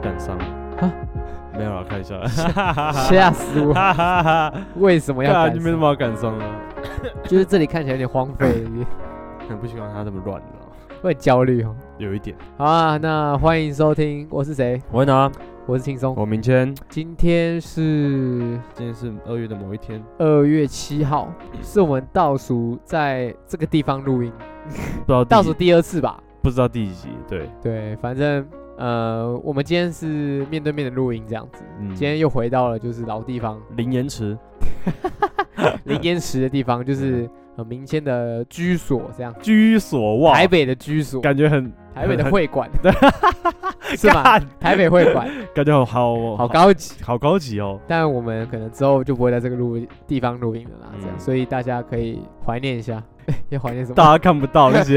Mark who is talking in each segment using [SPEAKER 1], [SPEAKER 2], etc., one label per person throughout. [SPEAKER 1] 感伤
[SPEAKER 2] 啊
[SPEAKER 1] 啊，没有啦，开一下，
[SPEAKER 2] 吓死我！
[SPEAKER 1] 哈哈哈，
[SPEAKER 2] 为什么要
[SPEAKER 1] 干
[SPEAKER 2] 感
[SPEAKER 1] 啊你没什
[SPEAKER 2] 伤？
[SPEAKER 1] 么好感伤的，
[SPEAKER 2] 就是这里看起来有点荒废，
[SPEAKER 1] 很不喜欢他这么乱的，
[SPEAKER 2] 会很焦虑哦。
[SPEAKER 1] 有一点。
[SPEAKER 2] 好啊，那欢迎收听，我是谁？
[SPEAKER 1] 我会拿
[SPEAKER 2] 我是轻松。
[SPEAKER 1] 我明天，
[SPEAKER 2] 今天是
[SPEAKER 1] 今天是二月的某一天，
[SPEAKER 2] 二月七号，是我们倒数在这个地方录音，
[SPEAKER 1] 不知道第
[SPEAKER 2] 倒
[SPEAKER 1] 几
[SPEAKER 2] 数第二次吧。
[SPEAKER 1] 不知道第几集，对，
[SPEAKER 2] 对，反正呃，我们今天是面对面的录音这样子。
[SPEAKER 1] 嗯
[SPEAKER 2] 今天又回到了就是老 地方，
[SPEAKER 1] 零延迟，
[SPEAKER 2] 零烟池的地方，就是
[SPEAKER 1] 嗯
[SPEAKER 2] 呃民间的居所这样，
[SPEAKER 1] 居所哇，
[SPEAKER 2] 台北的居所，
[SPEAKER 1] 感觉很
[SPEAKER 2] 台 北的会馆，是吧？
[SPEAKER 1] 干，
[SPEAKER 2] 台北会馆
[SPEAKER 1] 感觉好好
[SPEAKER 2] 好高级，
[SPEAKER 1] 好高级哦，
[SPEAKER 2] 但我们可能之后就不会在这个录地方录音了啦，这样，
[SPEAKER 1] 嗯
[SPEAKER 2] 所以大家可以怀念一下， 要怀念什么？
[SPEAKER 1] 大家看不到 那些，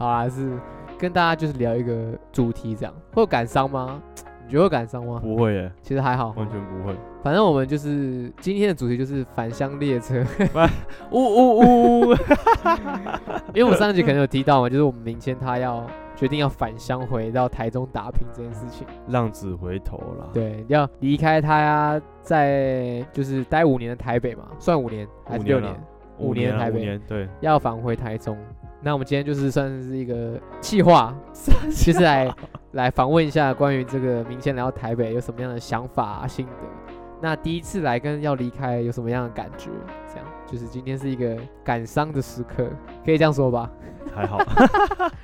[SPEAKER 2] 好啦，是跟大家就是聊一个主题这样，会有感伤吗？你觉得会有感伤吗？
[SPEAKER 1] 不会耶，
[SPEAKER 2] 其实还好，
[SPEAKER 1] 完全不会。
[SPEAKER 2] 反正我们就是今天的主题就是返乡列车，
[SPEAKER 1] 呜呜呜！
[SPEAKER 2] 因为我们上一集可能有提到嘛，就是我们明天他要决定要返乡回到台中打拼这件事情，
[SPEAKER 1] 浪子回头啦。，
[SPEAKER 2] 对，要离开他在就是待五年的台北嘛，算五年还是
[SPEAKER 1] 五
[SPEAKER 2] 六
[SPEAKER 1] 年
[SPEAKER 2] 年？
[SPEAKER 1] 啊
[SPEAKER 2] 五年
[SPEAKER 1] 啊
[SPEAKER 2] 台北
[SPEAKER 1] 五年对，
[SPEAKER 2] 要返回台中。那我们今天就是算是一个 计划，就是来来访问一下关于这个明天来到台北有什么样的想法、啊、心得。那第一次来跟要离开有什么样的感觉？这样就是今天是一个感伤的时刻，可以这样说吧？
[SPEAKER 1] 还 好。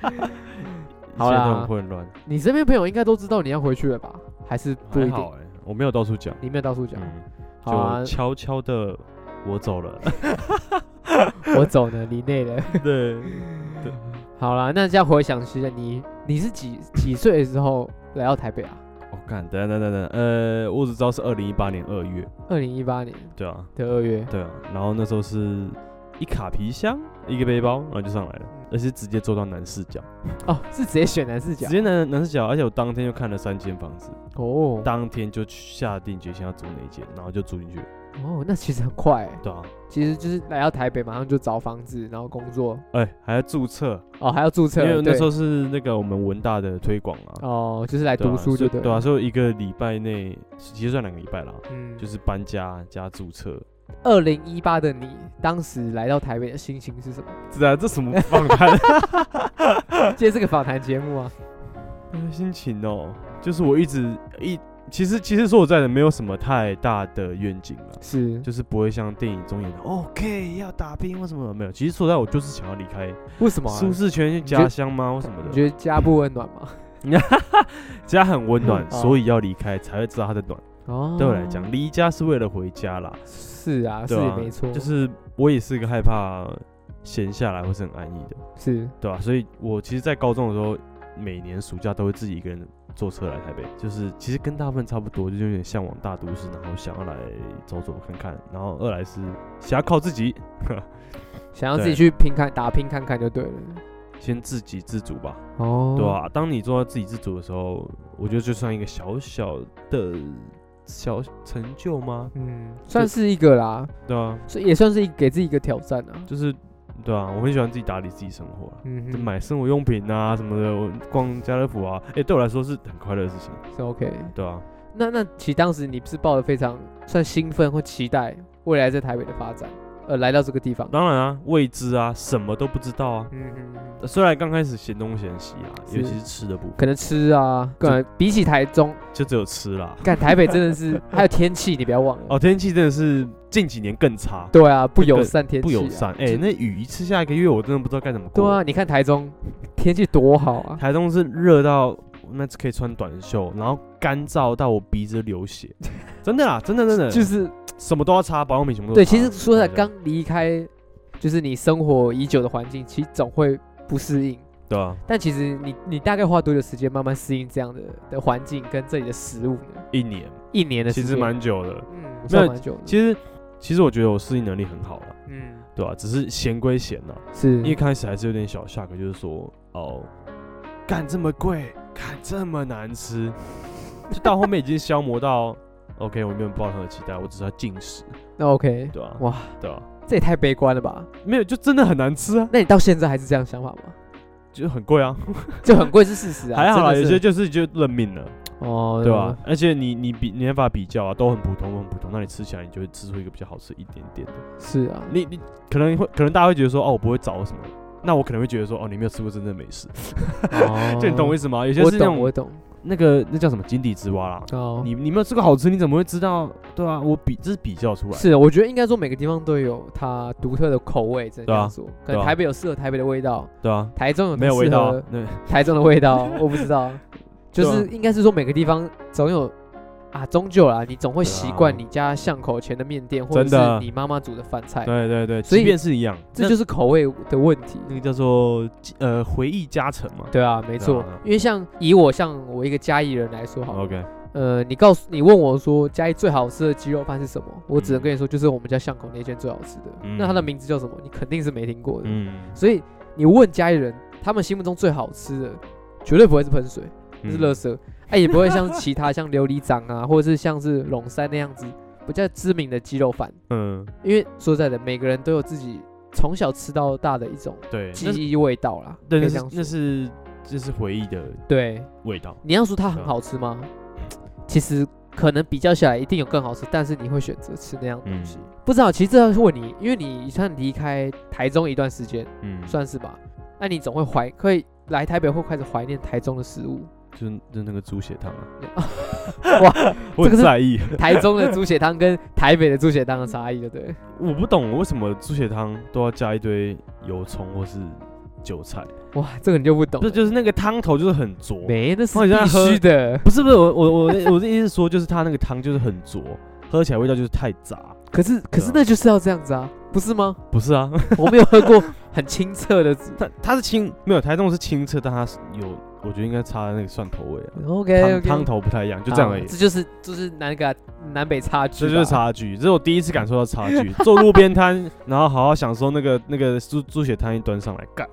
[SPEAKER 2] 好
[SPEAKER 1] 一切
[SPEAKER 2] 啦
[SPEAKER 1] 都很混乱，
[SPEAKER 2] 你身边朋友应该都知道你要回去了吧？还是不
[SPEAKER 1] 还
[SPEAKER 2] 一
[SPEAKER 1] 好哎，
[SPEAKER 2] 定？
[SPEAKER 1] 我没有到处讲，
[SPEAKER 2] 你没有到处讲。
[SPEAKER 1] 嗯，
[SPEAKER 2] 好啊
[SPEAKER 1] 就，悄悄的我走 了。
[SPEAKER 2] 我走呢，你累 了。
[SPEAKER 1] 对，
[SPEAKER 2] 好啦，那这样回想一下，你你是几几岁的时候来到台北啊？
[SPEAKER 1] 我哦干，等一下等一下等一下，呃，我只知道是二零一八年二月，
[SPEAKER 2] 二零一八年
[SPEAKER 1] 对啊，
[SPEAKER 2] 的二月。
[SPEAKER 1] 对啊，然后那时候是一卡皮箱，一个背包，然后就上来了，而且直接坐到南四角，
[SPEAKER 2] 哦，是直接选男视角
[SPEAKER 1] 直接南南四角，而且我当天就看了三间房子，
[SPEAKER 2] 哦
[SPEAKER 1] 当天就下定决心要住哪一间，然后就住进去了，
[SPEAKER 2] 哦，那其实很快欸，
[SPEAKER 1] 对啊，
[SPEAKER 2] 其实就是来到台北马上就找房子，然后工作
[SPEAKER 1] 哎、还要注册，
[SPEAKER 2] 哦，还要注册，
[SPEAKER 1] 因为那
[SPEAKER 2] 对
[SPEAKER 1] 时候是那个我们文大的推广啊，
[SPEAKER 2] 哦，就是来
[SPEAKER 1] 对啊
[SPEAKER 2] 读书就
[SPEAKER 1] 所以
[SPEAKER 2] 对
[SPEAKER 1] 对啊，
[SPEAKER 2] 了，
[SPEAKER 1] 所以我一个礼拜内，其实算两个礼拜啦，
[SPEAKER 2] 嗯，
[SPEAKER 1] 就是搬家加注册。
[SPEAKER 2] 二零一八的你当时来到台北的心情 是什么？
[SPEAKER 1] 这啊，这 什么访谈？
[SPEAKER 2] 今天是个访谈节目啊，
[SPEAKER 1] 心情哦，就是我一直一，其实其实说我在的没有什么太大的愿景了。
[SPEAKER 2] 是
[SPEAKER 1] 就是不会像电影中演的，OK 要打拼为什么没有？其实说实在，我就是想要离开
[SPEAKER 2] 为什么啊？
[SPEAKER 1] 舒适圈去
[SPEAKER 2] 觉
[SPEAKER 1] 家
[SPEAKER 2] 得
[SPEAKER 1] 乡吗？或什么
[SPEAKER 2] 你
[SPEAKER 1] 的，
[SPEAKER 2] 觉得家不温暖吗？
[SPEAKER 1] 家很温暖，
[SPEAKER 2] 哦
[SPEAKER 1] 所以要离开才会知道它的暖。
[SPEAKER 2] 哦，
[SPEAKER 1] 嗯对我来讲，离家是为了回家啦。
[SPEAKER 2] 是啊，是
[SPEAKER 1] 对
[SPEAKER 2] 也
[SPEAKER 1] 啊，
[SPEAKER 2] 没错，
[SPEAKER 1] 就是我也是一个害怕闲下来会是很安逸的，
[SPEAKER 2] 是
[SPEAKER 1] 对吧、所以我其实，在高中的时候，每年暑假都会自己一个人坐车来台北，就是其实跟大部分差不多，就是有点向往大都市，然后想要来走走看看，然后二来是想要靠自己，
[SPEAKER 2] 想要自己
[SPEAKER 1] 对
[SPEAKER 2] 去拼看打拼看看就对了。
[SPEAKER 1] 先自给自足吧，
[SPEAKER 2] 哦，
[SPEAKER 1] 对吧、当你做到自给自足的时候，我觉得就算一个小小的小成就吗？
[SPEAKER 2] 嗯，算是一个啦，
[SPEAKER 1] 对啊，
[SPEAKER 2] 所以也算是一给自己一个挑战啊。
[SPEAKER 1] 就是对啊，我很喜欢自己打理自己生活啊。
[SPEAKER 2] 嗯
[SPEAKER 1] 就
[SPEAKER 2] 哼，
[SPEAKER 1] 买生活用品啊什么的，我逛家乐福啊，哎、对我来说是很快乐的事情，
[SPEAKER 2] 是 OK。
[SPEAKER 1] 对啊，
[SPEAKER 2] 那那其实当时你是抱着非常算兴奋或期待未来在台北的发展，呃，来到这个地方。
[SPEAKER 1] 当然啊，未知啊，什么都不知道啊。
[SPEAKER 2] 嗯嗯嗯，
[SPEAKER 1] 虽然刚开始嫌东嫌西啊，
[SPEAKER 2] 是
[SPEAKER 1] 尤其是吃的部分，
[SPEAKER 2] 可能吃啊，个人比起台中，
[SPEAKER 1] 就只有吃啦。
[SPEAKER 2] 干台北真的 是还有天气，你不要忘了。
[SPEAKER 1] 哦，天气真的是近几年更差，
[SPEAKER 2] 对啊，不友善天气、啊
[SPEAKER 1] 不友。善。哎、那雨一次下一个月，我真的不知道该怎么
[SPEAKER 2] 对
[SPEAKER 1] 过。
[SPEAKER 2] 啊，你看台中天气多好啊，
[SPEAKER 1] 台中是热到那次可以穿短袖，然后干燥到我鼻子流血， 真的啦，真的真的，
[SPEAKER 2] 就是
[SPEAKER 1] 什么都要擦，保养品什么都要
[SPEAKER 2] 对。
[SPEAKER 1] 擦
[SPEAKER 2] 其实说实在，
[SPEAKER 1] 对
[SPEAKER 2] 刚离开就是你生活已久的环境，其实总会不适应。
[SPEAKER 1] 对啊，
[SPEAKER 2] 但其实你你大概花多久时间慢慢适应这样的的环境跟这里的食物呢？
[SPEAKER 1] 一年
[SPEAKER 2] 一年的时
[SPEAKER 1] 其
[SPEAKER 2] 间，
[SPEAKER 1] 实蛮久的。
[SPEAKER 2] 嗯，
[SPEAKER 1] 没有
[SPEAKER 2] 算蛮久的。
[SPEAKER 1] 其实其实我觉得我适应能力很好了，
[SPEAKER 2] 嗯，
[SPEAKER 1] 对吧、只是闲归闲呐、
[SPEAKER 2] 是
[SPEAKER 1] 一开始还是有点小 shock，就是说哦，干这么贵，干这么难 吃，就到后面已经消磨到 OK，我没有抱任何期待，我只是要进食，
[SPEAKER 2] 那 OK，
[SPEAKER 1] 对吧、
[SPEAKER 2] 哇，
[SPEAKER 1] 对吧、
[SPEAKER 2] 这也太悲观了吧？
[SPEAKER 1] 没有，就真的很难吃啊。
[SPEAKER 2] 那你到现在还是这样想法吗？
[SPEAKER 1] 就很贵啊，
[SPEAKER 2] 就很贵是事实啊。
[SPEAKER 1] 还好啦，
[SPEAKER 2] 真
[SPEAKER 1] 有
[SPEAKER 2] 的
[SPEAKER 1] 些
[SPEAKER 2] 是
[SPEAKER 1] 就是就认命了，
[SPEAKER 2] 哦，
[SPEAKER 1] 对吧？？而且你你比你没法比较啊，都很普通，都很普通，那你吃起来你就会吃出一个比较好吃一点点的。
[SPEAKER 2] 是啊，
[SPEAKER 1] 你你可能会可能大家会觉得说哦我不会找什么，那我可能会觉得说哦你没有吃过真正的美食，
[SPEAKER 2] 哦
[SPEAKER 1] 就你懂我意思吗？有些
[SPEAKER 2] 我
[SPEAKER 1] 是那
[SPEAKER 2] 懂，我
[SPEAKER 1] 种
[SPEAKER 2] 懂。
[SPEAKER 1] 那个那叫什么井底之蛙啦，
[SPEAKER 2] 哦，
[SPEAKER 1] 你你没有吃过好吃你怎么会知道？对啊，我比这是比较出来的，
[SPEAKER 2] 是，啊我觉得应该说每个地方都有它独特的口味，真的这
[SPEAKER 1] 对啊
[SPEAKER 2] 样说。可能
[SPEAKER 1] 对啊
[SPEAKER 2] 台北有适合台北的味道，
[SPEAKER 1] 对啊，
[SPEAKER 2] 台中有
[SPEAKER 1] 没有味
[SPEAKER 2] 适
[SPEAKER 1] 道
[SPEAKER 2] 合
[SPEAKER 1] 啊，对
[SPEAKER 2] 台中的味道， 我不知道。就
[SPEAKER 1] 对啊
[SPEAKER 2] 是应该是说每个地方总有啊，终究啦，你总会
[SPEAKER 1] 对啊
[SPEAKER 2] 习惯你家巷口前的面店，或
[SPEAKER 1] 真
[SPEAKER 2] 者
[SPEAKER 1] 的
[SPEAKER 2] 是你妈妈煮的饭菜，
[SPEAKER 1] 对对对，
[SPEAKER 2] 所以
[SPEAKER 1] 即便是一样，
[SPEAKER 2] 这就是口味的问题。
[SPEAKER 1] 那那个叫做呃回忆加成嘛。
[SPEAKER 2] 对啊，没错
[SPEAKER 1] 对啊，
[SPEAKER 2] 因为像以我像我一个嘉义人来说好了，
[SPEAKER 1] OK，
[SPEAKER 2] 呃，你告诉你问我说嘉义最好吃的鸡肉饭是什么，我只能跟你说就是我们家巷口那间最好吃的。
[SPEAKER 1] 嗯
[SPEAKER 2] 那它的名字叫什么？你肯定是没听过的。
[SPEAKER 1] 嗯，
[SPEAKER 2] 所以你问嘉义人，他们心目中最好吃的，绝对不会是喷水，不是
[SPEAKER 1] 嗯
[SPEAKER 2] 垃圾，哎、也不会像其他像琉璃掌啊，或者是像是龙山那样子比较知名的鸡肉饭。
[SPEAKER 1] 嗯，
[SPEAKER 2] 因为说实在的，每个人都有自己从小吃到大的一种
[SPEAKER 1] 对，
[SPEAKER 2] 记
[SPEAKER 1] 那是
[SPEAKER 2] 忆味道啦。
[SPEAKER 1] 对，
[SPEAKER 2] 可
[SPEAKER 1] 那
[SPEAKER 2] 以这
[SPEAKER 1] 是
[SPEAKER 2] 样说
[SPEAKER 1] 那是这是回忆的
[SPEAKER 2] 对。
[SPEAKER 1] 味道。
[SPEAKER 2] 你要说它
[SPEAKER 1] 对
[SPEAKER 2] 很
[SPEAKER 1] 啊
[SPEAKER 2] 好吃吗？其实可能比较下来，一定有更好吃，但是你会选择吃那样的东西。
[SPEAKER 1] 嗯
[SPEAKER 2] 不知道，其实这要问你，因为你算离开台中一段时间，
[SPEAKER 1] 嗯，
[SPEAKER 2] 算是吧？那你总会怀，可以来台北会开始怀念台中的食物，
[SPEAKER 1] 就是就那个猪血汤啊，
[SPEAKER 2] 哇，
[SPEAKER 1] 我
[SPEAKER 2] 这
[SPEAKER 1] 很
[SPEAKER 2] 个是
[SPEAKER 1] 在意。
[SPEAKER 2] 台中的猪血汤跟台北的猪血汤的差异，对不对？
[SPEAKER 1] 我不懂为什么猪血汤都要加一堆油葱或是韭菜，
[SPEAKER 2] 哇，这个你就不懂
[SPEAKER 1] 不
[SPEAKER 2] 了
[SPEAKER 1] 是，就是那个汤头就是很浊。
[SPEAKER 2] 没，那是
[SPEAKER 1] 好像
[SPEAKER 2] 必
[SPEAKER 1] 喝
[SPEAKER 2] 须的。
[SPEAKER 1] 不是不是，我我我我的意思是说，就是它那个汤就是很浊，喝起来味道就是太杂。
[SPEAKER 2] 可是，可是那就是要这样子啊，不 是吗？
[SPEAKER 1] 不是啊，
[SPEAKER 2] 我没有喝过很清澈的
[SPEAKER 1] 它它是清没有台中是清澈，但它是有我觉得应该差那个蒜头味啊，
[SPEAKER 2] ，OK，
[SPEAKER 1] 汤汤头不太一样，就这样而已。
[SPEAKER 2] 这就是啊就是南个南北差距
[SPEAKER 1] 这
[SPEAKER 2] 吧，
[SPEAKER 1] 就是差距，这是我第一次感受到差 距。坐路边摊，然后好好享受那个那个猪猪血汤一端上来，干，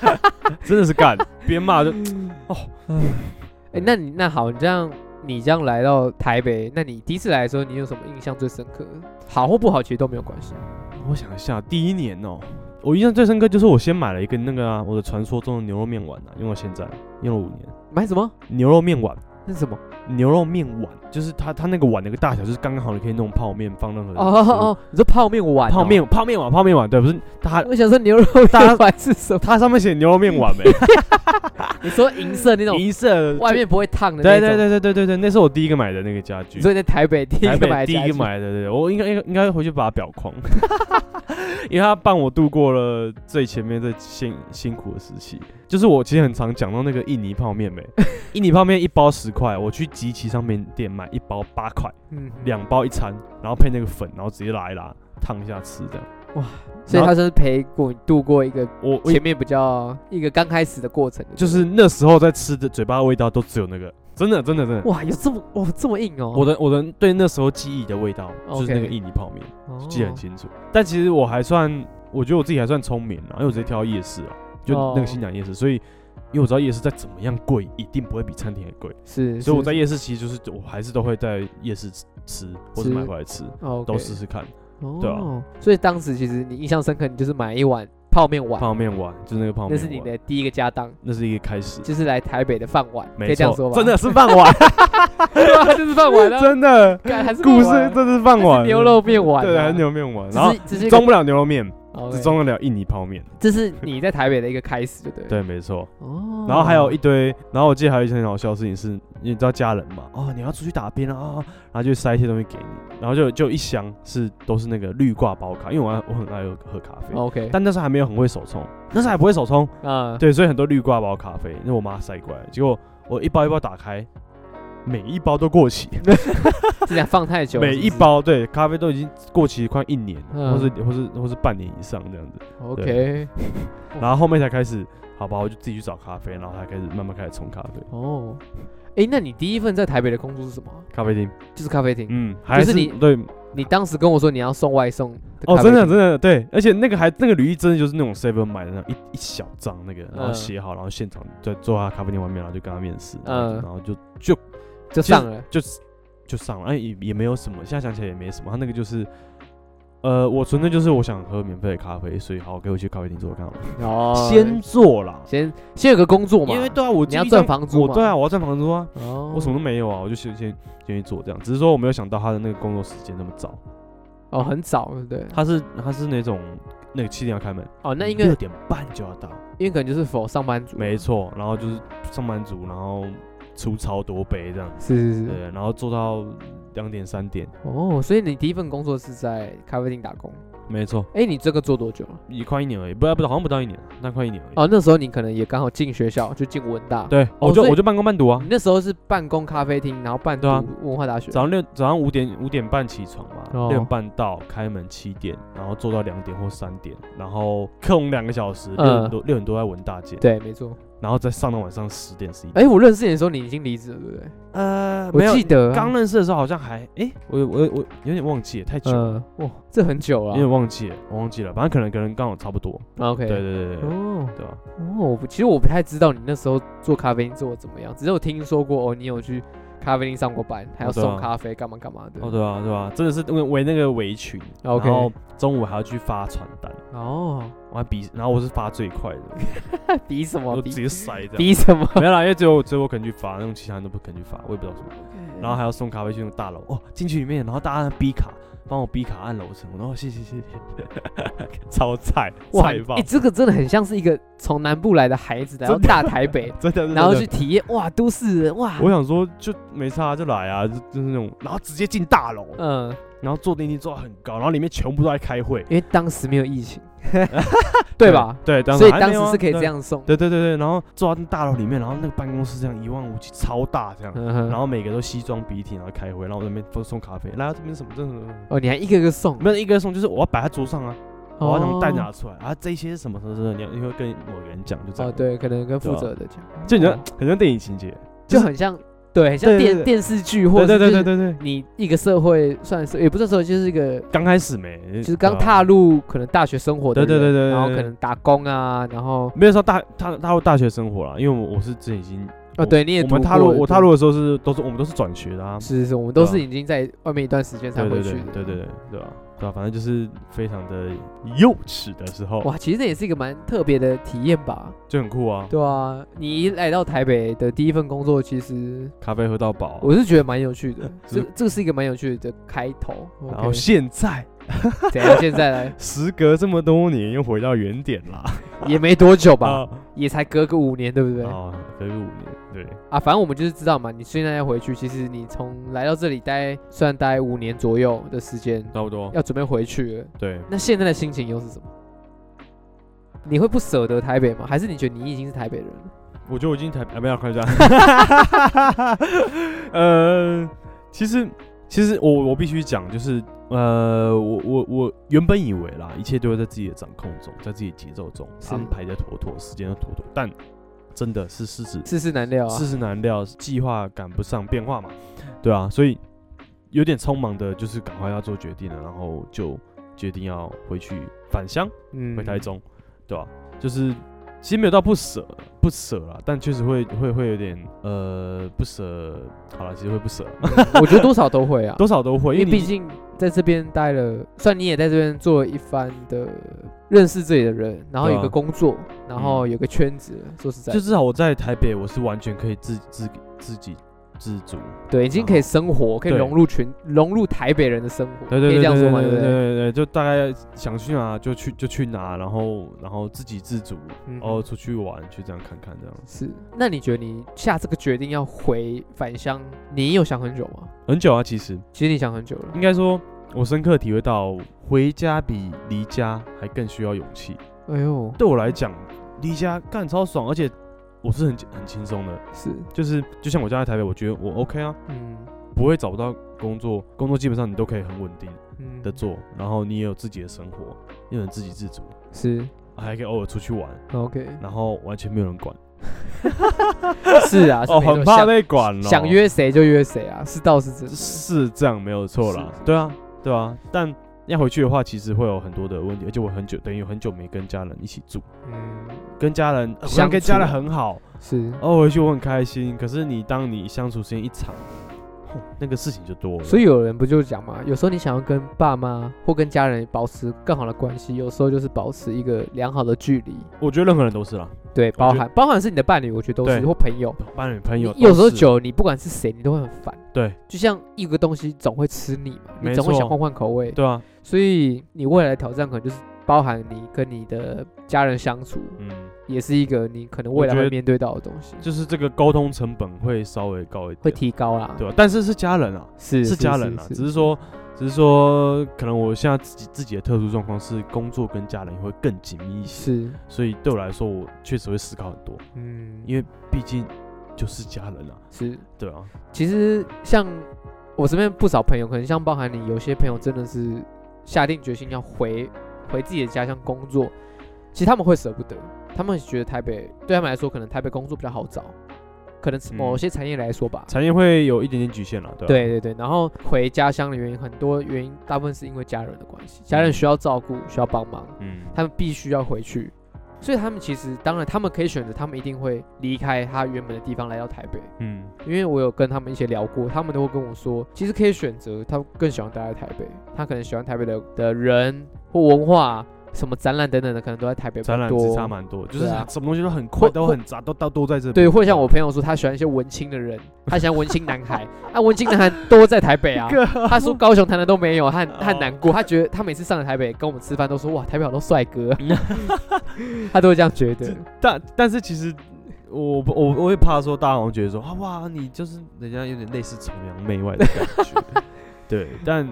[SPEAKER 1] 真的是 干，边骂就哦，
[SPEAKER 2] 哎、那你那好，你这样你这样来到台北，那你第一次来的时候，你有什么印象最深刻？好或不好其实都没有关系。
[SPEAKER 1] 我想一下，第一年哦、我印象最深刻就是我先买了一个那个啊，我的传说中的牛肉面碗啊，用到现在用了五年，
[SPEAKER 2] 买什么？
[SPEAKER 1] 牛肉面碗。
[SPEAKER 2] 那是什么？
[SPEAKER 1] 牛肉面碗就是它，它那个碗那个大小就是刚刚好，你可以弄泡面放任何
[SPEAKER 2] 哦哦哦，你说泡面碗、
[SPEAKER 1] 嗯泡。面泡面碗泡面碗对，不是它
[SPEAKER 2] 我想说牛肉面碗 是什么？
[SPEAKER 1] 它上面写牛肉面碗没、
[SPEAKER 2] 你说银 色 那种，
[SPEAKER 1] 银色
[SPEAKER 2] 外面不会烫的
[SPEAKER 1] 对
[SPEAKER 2] 那种。
[SPEAKER 1] 对对对对对对，那是我第一个买的那个家具，
[SPEAKER 2] 所以在台北第一
[SPEAKER 1] 台
[SPEAKER 2] 个
[SPEAKER 1] 北
[SPEAKER 2] 买的
[SPEAKER 1] 第一
[SPEAKER 2] 家具
[SPEAKER 1] 个买的，对对，我应该应该应该回去把它裱框， 因为它伴我度过了最前面最辛辛苦的时期。就是我其实很常讲到那个印尼泡面 没，印尼泡面一包十块，我去集齐商品店买一包八块，
[SPEAKER 2] 嗯
[SPEAKER 1] 两包一餐，然后配那个粉，然后直接拉一拉烫一下吃这样。
[SPEAKER 2] 所以他算是陪过你度过一个
[SPEAKER 1] 我我
[SPEAKER 2] 前面比较一个刚开始的过程，
[SPEAKER 1] 就是那时候在吃的嘴巴的味道都只有那个，真的真的真的。
[SPEAKER 2] 哇，有这么哇这么硬哦，
[SPEAKER 1] 我的我的对那时候记忆的味道就是那个
[SPEAKER 2] OK
[SPEAKER 1] 印尼泡面。
[SPEAKER 2] 哦
[SPEAKER 1] 记得很清楚。但其实我还算，我觉得我自己还算聪明啊，因为我直接挑夜市啊，就
[SPEAKER 2] 哦
[SPEAKER 1] 那个新港夜市，所以因为我知道夜市再怎么样贵，一定不会比餐厅还贵，
[SPEAKER 2] 是，
[SPEAKER 1] 所以我在
[SPEAKER 2] 是
[SPEAKER 1] 夜市其实就是我还是都会在夜市吃吃，或是
[SPEAKER 2] 吃
[SPEAKER 1] 买回来吃，
[SPEAKER 2] 哦，OK
[SPEAKER 1] 都试试看。对啊
[SPEAKER 2] 哦，所以当时其实你印象深刻，你就是买一碗泡面碗，
[SPEAKER 1] 泡面碗就是那个泡面碗，
[SPEAKER 2] 那是你的第一个家当，
[SPEAKER 1] 那是一个开始，
[SPEAKER 2] 就是来台北的饭碗，可
[SPEAKER 1] 没
[SPEAKER 2] 以这样说
[SPEAKER 1] 错，
[SPEAKER 2] 吧？
[SPEAKER 1] 真的，是饭碗，
[SPEAKER 2] 对 啊，就是饭碗 啊，
[SPEAKER 1] 真的
[SPEAKER 2] 干还 是
[SPEAKER 1] 故
[SPEAKER 2] 饭
[SPEAKER 1] 事
[SPEAKER 2] 碗啊
[SPEAKER 1] 真的是饭碗，
[SPEAKER 2] 是牛肉面碗啊，
[SPEAKER 1] 对，还是牛肉面碗，
[SPEAKER 2] 只是，
[SPEAKER 1] 然后
[SPEAKER 2] 只是一个
[SPEAKER 1] 装不了牛肉面，只
[SPEAKER 2] OK，
[SPEAKER 1] 装得了印尼泡面，
[SPEAKER 2] 这是你在台北的一个开始，对不对？，
[SPEAKER 1] 对，没错。
[SPEAKER 2] 哦，
[SPEAKER 1] 然后还有一堆，然后我记得还有一件很好笑的事情是，你知道家人嘛？哦，你要出去打边啊、哦，然后就塞一些东西给你，然后就就一箱是都是那个绿挂包咖，因为我爱我很爱喝喝咖啡，
[SPEAKER 2] OK，
[SPEAKER 1] 但那时候还没有很会手冲，那时候还不会手冲，
[SPEAKER 2] 啊，
[SPEAKER 1] 对，所以很多绿挂包咖啡，那我妈塞过来，结果我一包一包打开，每一包都过期，
[SPEAKER 2] 这俩放太久了，
[SPEAKER 1] 每
[SPEAKER 2] 是不是
[SPEAKER 1] 一包对咖啡都已经过期快一年，
[SPEAKER 2] 嗯
[SPEAKER 1] 或是或是或是半年以上这样子，
[SPEAKER 2] OK，
[SPEAKER 1] 然后后面才开始，好吧，我就自己去找咖啡，然后才开始慢慢开始冲咖啡，
[SPEAKER 2] 哦，哎，那你第一份在台北的工作是什么啊？
[SPEAKER 1] 咖啡厅。
[SPEAKER 2] 就是咖啡厅。
[SPEAKER 1] 嗯，还
[SPEAKER 2] 就是是你
[SPEAKER 1] 对
[SPEAKER 2] 你当时跟我说你要送外送的
[SPEAKER 1] 哦，
[SPEAKER 2] 咖啡
[SPEAKER 1] 真的
[SPEAKER 2] 厅
[SPEAKER 1] 真的对，而且那个还那个履历真的就是那种 seven 买的那种一一小张那个，然后
[SPEAKER 2] 嗯
[SPEAKER 1] 写好，然后现场在坐在他咖啡店外面，然后就跟他面试，嗯，
[SPEAKER 2] 嗯
[SPEAKER 1] 然后就就其
[SPEAKER 2] 就
[SPEAKER 1] 实
[SPEAKER 2] 上了。
[SPEAKER 1] 就就上了，哎也也没有什么，现在想起来也没什么，他那个就是呃，我纯粹就是我想喝免费的咖啡，所以好给我去咖啡厅做看好了。
[SPEAKER 2] 哦，
[SPEAKER 1] 先做啦，
[SPEAKER 2] 先先有个工作嘛，
[SPEAKER 1] 因为对啊，我
[SPEAKER 2] 你要
[SPEAKER 1] 基本上
[SPEAKER 2] 赚房租
[SPEAKER 1] 我
[SPEAKER 2] 嘛
[SPEAKER 1] 对啊，我要赚房租啊，
[SPEAKER 2] 哦，
[SPEAKER 1] 我什么都没有啊，我就先先先去做这样。只是说我没有想到他的那个工作时间那么早，
[SPEAKER 2] 哦很早，对不对？
[SPEAKER 1] 他是他是那种那个七点要开门，
[SPEAKER 2] 哦，那应该
[SPEAKER 1] 六点半就要到，
[SPEAKER 2] 因为可能就是否上班族，
[SPEAKER 1] 没错。然后就是上班族，然后出超多杯这样，
[SPEAKER 2] 是是是，
[SPEAKER 1] 对，然后做到两点三点，
[SPEAKER 2] 哦，所以你第一份工作是在咖啡厅打工，
[SPEAKER 1] 没错，
[SPEAKER 2] 哎，你这个做多久了？
[SPEAKER 1] 也快一年而已，不不好像不到一年，但快一年而已。
[SPEAKER 2] 哦，那时候你可能也刚好进学校，就进文大，，
[SPEAKER 1] 对，啊
[SPEAKER 2] 哦
[SPEAKER 1] 我就
[SPEAKER 2] 所以
[SPEAKER 1] 我就半工半读啊
[SPEAKER 2] 你，那时候是半工咖啡厅，然后半读
[SPEAKER 1] 对啊
[SPEAKER 2] 文化大学，
[SPEAKER 1] 早上六早上五点五点半起床嘛，
[SPEAKER 2] 哦
[SPEAKER 1] 六点半到开门七点，然后做到两点或三点，然后空两个小时，六
[SPEAKER 2] 嗯
[SPEAKER 1] 点多六点多在文大街，
[SPEAKER 2] 对，没错。
[SPEAKER 1] 然后再上到晚上十点十一点。
[SPEAKER 2] 哎，我认识你的时候，你已经离职了，对不对？
[SPEAKER 1] 呃，没
[SPEAKER 2] 我
[SPEAKER 1] 有
[SPEAKER 2] 记，得啊
[SPEAKER 1] 刚认识的时候好像还哎，我有我有我有点忘记了，太久了，
[SPEAKER 2] 嗯，哇，这很久
[SPEAKER 1] 有
[SPEAKER 2] 了
[SPEAKER 1] 点忘记了，我忘记了，反正可能可能刚好差不多。
[SPEAKER 2] 啊。OK，
[SPEAKER 1] 对对对对对
[SPEAKER 2] 哦
[SPEAKER 1] 对吧？
[SPEAKER 2] 哦，我不其实我不太知道你那时候做咖啡厅做的怎么样，只是我听说过哦，你有去咖啡厅上过班，还要
[SPEAKER 1] 哦对啊
[SPEAKER 2] 送咖啡，干嘛干嘛的。
[SPEAKER 1] 哦对啊对啊，真的是围围那个围裙，然
[SPEAKER 2] OK
[SPEAKER 1] 后中午还要去发传单，
[SPEAKER 2] 哦，
[SPEAKER 1] 我还比，然后我是发最快的，
[SPEAKER 2] 比什么
[SPEAKER 1] 我
[SPEAKER 2] 比
[SPEAKER 1] 直接塞这样。
[SPEAKER 2] 比什么？
[SPEAKER 1] 没有啦，因为只有只有我肯去发，那种其他人都不肯去发，我也不知道为什么。然后还要送咖啡去那个大楼，哦，进去里面，然后大家按 B 卡，帮我 B 卡按楼层，然后哦谢谢谢谢， 超菜
[SPEAKER 2] 哇，
[SPEAKER 1] 菜爆
[SPEAKER 2] 哎，，这个真的很像是一个从南部来的孩子来到
[SPEAKER 1] 真的
[SPEAKER 2] 大台北，
[SPEAKER 1] 真的。
[SPEAKER 2] 然后
[SPEAKER 1] 真
[SPEAKER 2] 去
[SPEAKER 1] 的
[SPEAKER 2] 体验哇都市人哇，
[SPEAKER 1] 我想说就没差就来啊，就就是那种，然后直接进大楼，
[SPEAKER 2] 嗯，
[SPEAKER 1] 然后坐电梯坐到很高，然后里面全部都在开会，
[SPEAKER 2] 因为当时没有疫情， 对吧？？
[SPEAKER 1] 对，当
[SPEAKER 2] 所以
[SPEAKER 1] 还
[SPEAKER 2] 当
[SPEAKER 1] 没有
[SPEAKER 2] 时
[SPEAKER 1] 啊
[SPEAKER 2] 是可以
[SPEAKER 1] 对
[SPEAKER 2] 这样送。
[SPEAKER 1] 对对对对，然后坐到那大楼里面，然后那个办公室这样一望无际，超大这样，
[SPEAKER 2] 嗯哼
[SPEAKER 1] 然后每个都西装笔挺，然后开会，然后我在那边送咖啡，来啊这边什么这什么，
[SPEAKER 2] 哦，你还一个一个送，
[SPEAKER 1] 没有一个送，就是我要摆在桌上啊，我要从袋子
[SPEAKER 2] 哦
[SPEAKER 1] 拿出来啊，这一些是什么什么什么，你要你会跟某个人讲，就这样。
[SPEAKER 2] 哦，，对，可能
[SPEAKER 1] 对
[SPEAKER 2] 跟负
[SPEAKER 1] 啊
[SPEAKER 2] 责的讲，
[SPEAKER 1] 就你
[SPEAKER 2] 哦
[SPEAKER 1] 像很像电影情节，
[SPEAKER 2] 就
[SPEAKER 1] 就是
[SPEAKER 2] 很像，对，很像
[SPEAKER 1] 对对
[SPEAKER 2] 电
[SPEAKER 1] 对
[SPEAKER 2] 电视剧或
[SPEAKER 1] 对
[SPEAKER 2] 者
[SPEAKER 1] 对
[SPEAKER 2] 是
[SPEAKER 1] 对
[SPEAKER 2] 就
[SPEAKER 1] 对
[SPEAKER 2] 是
[SPEAKER 1] 对对，
[SPEAKER 2] 你一个社会算是也不是社会，就是一个
[SPEAKER 1] 刚开始没，
[SPEAKER 2] 就是刚踏
[SPEAKER 1] 入，
[SPEAKER 2] 入可能大学生活的人，
[SPEAKER 1] 对对对对对
[SPEAKER 2] 然后
[SPEAKER 1] 对
[SPEAKER 2] 可能打工啊，然后
[SPEAKER 1] 没有说大踏踏入大学生活了，因为我我是之前已经
[SPEAKER 2] 哦，对，你也
[SPEAKER 1] 我们
[SPEAKER 2] 读
[SPEAKER 1] 踏入
[SPEAKER 2] 过
[SPEAKER 1] 我踏入的时候是都是我们都是转学的啊，
[SPEAKER 2] 是是，我们都
[SPEAKER 1] 对啊
[SPEAKER 2] 是已经在外面一段时间才
[SPEAKER 1] 对
[SPEAKER 2] 回
[SPEAKER 1] 对
[SPEAKER 2] 去
[SPEAKER 1] 对
[SPEAKER 2] 的，
[SPEAKER 1] 对对对对吧？对啊，反正就是非常的幼稚的时候，
[SPEAKER 2] 哇，其实这也是一个蛮特别的体验吧，
[SPEAKER 1] 就很酷啊，
[SPEAKER 2] 对啊，你一来到台北的第一份工作，其实
[SPEAKER 1] 咖啡喝到饱，
[SPEAKER 2] 我是觉得蛮有 趣的，
[SPEAKER 1] 是
[SPEAKER 2] 这这是一个蛮有趣的开头。
[SPEAKER 1] 然后
[SPEAKER 2] OK，
[SPEAKER 1] 现在
[SPEAKER 2] 怎样？现在来
[SPEAKER 1] 时隔这么多年又回到原点啦，
[SPEAKER 2] 也没多久吧，
[SPEAKER 1] 啊
[SPEAKER 2] 也才隔个五年，对不对？
[SPEAKER 1] 啊，隔个五年，对。
[SPEAKER 2] 啊，反正我们就是知道嘛，你现在要回去，其实你从来到这里待，虽然待五年左右的时间，
[SPEAKER 1] 差不多，
[SPEAKER 2] 要准备回去了。
[SPEAKER 1] 对，
[SPEAKER 2] 那现在的心情又是什么？你会不舍得台北吗？还是你觉得你已经是台北人了？
[SPEAKER 1] 我觉得我已经台啊，没有开玩笑，呃，其实其实我我必须讲，就是呃，我我我原本以为啦，一切都会在自己的掌控中，在自己的节奏中
[SPEAKER 2] 是
[SPEAKER 1] 安排的妥妥，时间的妥妥，但真的是事实，
[SPEAKER 2] 世事难料啊
[SPEAKER 1] 世。事难料，计划赶不上变化嘛，对啊，所以有点匆忙的，就是赶快要做决定了，然后就决定要回去返乡。
[SPEAKER 2] 嗯
[SPEAKER 1] 回台中，对吧、就是其实没有到不舍，不舍啦，但确实会会会有点呃不舍。好了，其实会不 舍，
[SPEAKER 2] 我觉得多少都会啊，
[SPEAKER 1] 多少 都会，
[SPEAKER 2] 因
[SPEAKER 1] 因
[SPEAKER 2] 为
[SPEAKER 1] 为你
[SPEAKER 2] 毕竟在这边待了，算你也在这边做了一番的认识这里的人，然后
[SPEAKER 1] 对啊嗯
[SPEAKER 2] 有个工作，然后有个圈子。说实在
[SPEAKER 1] 就
[SPEAKER 2] 的，
[SPEAKER 1] 至少我在台北，我是完全可以自自自己自主。
[SPEAKER 2] 对，已经可以生活，可以
[SPEAKER 1] 对
[SPEAKER 2] 融入群，融入台北人的生活，
[SPEAKER 1] 对
[SPEAKER 2] 可
[SPEAKER 1] 对
[SPEAKER 2] 以
[SPEAKER 1] 对
[SPEAKER 2] 这样
[SPEAKER 1] 对
[SPEAKER 2] 说
[SPEAKER 1] 对
[SPEAKER 2] 吗？
[SPEAKER 1] 对
[SPEAKER 2] 对不
[SPEAKER 1] 对对，
[SPEAKER 2] 对？
[SPEAKER 1] 就大概想去哪就去就去哪，然后然后自给自足，
[SPEAKER 2] 嗯
[SPEAKER 1] 然后出去玩去这样看看这样。
[SPEAKER 2] 是。那你觉得你下这个决定要回返乡，你有想很久吗？
[SPEAKER 1] 很久啊，其实
[SPEAKER 2] 其实你想很久了
[SPEAKER 1] 应，该说，我深刻体会到回家比离家还更需要勇气。
[SPEAKER 2] 哎呦，
[SPEAKER 1] 对我来讲，离家干超爽，而且我是很很轻松的，
[SPEAKER 2] 是，
[SPEAKER 1] 就是就像我家在台北，我觉得我 OK 啊，
[SPEAKER 2] 嗯
[SPEAKER 1] 不会找不到工作，工作基本上你都可以很稳定
[SPEAKER 2] 嗯
[SPEAKER 1] 的做，然后你也有自己的生活，也能自给自足，
[SPEAKER 2] 是
[SPEAKER 1] 还可以偶尔出去玩，
[SPEAKER 2] OK，
[SPEAKER 1] 然后完全没有人管，
[SPEAKER 2] 是啊，是
[SPEAKER 1] 哦，
[SPEAKER 2] 没错
[SPEAKER 1] 很怕
[SPEAKER 2] 想
[SPEAKER 1] 被管哦，
[SPEAKER 2] 想约谁就约谁啊，是倒是真的。
[SPEAKER 1] 是这样没有错啦
[SPEAKER 2] 是，
[SPEAKER 1] 对啊，对啊，但。要回去的话，其实会有很多的问题，而且我很久等于很久没跟家人一起住，
[SPEAKER 2] 嗯，
[SPEAKER 1] 跟家人呃
[SPEAKER 2] 相
[SPEAKER 1] 跟家人
[SPEAKER 2] 处
[SPEAKER 1] 很好，
[SPEAKER 2] 是
[SPEAKER 1] 哦，回去我很开心。可是你当你相处时间一长，哦那个事情就多了。
[SPEAKER 2] 所
[SPEAKER 1] 以
[SPEAKER 2] 以有人不就讲嘛，有时候你想要跟爸妈或跟家人保持更好的关系，有时候就是保持一个良好的距离。
[SPEAKER 1] 我觉得任何人都是啦，
[SPEAKER 2] 对，
[SPEAKER 1] 觉得
[SPEAKER 2] 包含包含是你的伴侣，我觉得都是
[SPEAKER 1] 对
[SPEAKER 2] 或朋友。
[SPEAKER 1] 伴侣、朋友
[SPEAKER 2] 你有时候
[SPEAKER 1] 都是
[SPEAKER 2] 久了，你不管是谁，你都会很烦。
[SPEAKER 1] 对
[SPEAKER 2] 就像一个东西总会吃腻嘛，你
[SPEAKER 1] 没
[SPEAKER 2] 总会
[SPEAKER 1] 错
[SPEAKER 2] 想换换口味。
[SPEAKER 1] 对啊，
[SPEAKER 2] 所以你未来的挑战可能就是包含你跟你的家人相处，
[SPEAKER 1] 嗯，
[SPEAKER 2] 也是一个你可能
[SPEAKER 1] 我
[SPEAKER 2] 未来
[SPEAKER 1] 觉
[SPEAKER 2] 会
[SPEAKER 1] 得
[SPEAKER 2] 面对到的东西，
[SPEAKER 1] 就是这个沟通成本会稍微高一点，
[SPEAKER 2] 会提高啦。
[SPEAKER 1] 对吧、但是是家人啊，
[SPEAKER 2] 是
[SPEAKER 1] 是家人啊，只是说，只是说，可能我现在自己自己的特殊状况是工作跟家人会更紧密一些，
[SPEAKER 2] 是，
[SPEAKER 1] 所以对我来说，我确实会思考很多，
[SPEAKER 2] 嗯，
[SPEAKER 1] 因为毕竟就是家人啊，
[SPEAKER 2] 是
[SPEAKER 1] 对啊，
[SPEAKER 2] 其实像我身边不少朋友，可能像包含你，有些朋友真的是下定决心要回回自己的家乡工作，其实他们会舍不得，他们觉得台北对他们来说，可能台北工作比较好找，可能
[SPEAKER 1] 嗯
[SPEAKER 2] 某些产业来说吧。
[SPEAKER 1] 产业会有一点点局限了，对、啊、
[SPEAKER 2] 对对对，然后回家乡的原因很多原因，大部分是因为家人的关系，家人需要照顾，需要帮忙，
[SPEAKER 1] 嗯，
[SPEAKER 2] 他们必须要回去，所以他们其实当然他们可以选择，他们一定会离开他原本的地方来到台北，
[SPEAKER 1] 嗯，
[SPEAKER 2] 因为我有跟他们一起聊过，他们都会跟我说，其实可以选择他更喜欢待在台北，他可能喜欢台北的的人或文化，什么展览等等的，可能都在台北比较
[SPEAKER 1] 展览
[SPEAKER 2] 多
[SPEAKER 1] 之差蛮多，就是
[SPEAKER 2] 对啊
[SPEAKER 1] 什么东西都很快，
[SPEAKER 2] 或
[SPEAKER 1] 都很杂，都都都在这边。啊
[SPEAKER 2] 对，或者像我朋友说，他喜欢一些文青的人，他喜欢文青男孩，啊，文青男孩都在 台北啊。他说高雄、台南都没有，他
[SPEAKER 1] 哦
[SPEAKER 2] 很他很难过，他觉得他每次上了台北跟我们吃饭都说哇，台北好多帅 哥，他都会这样觉得
[SPEAKER 1] 这。但但是其实我不我我会怕说，大家好像觉得说啊哇，你就是人家有点类似崇洋媚外的感觉， 对，但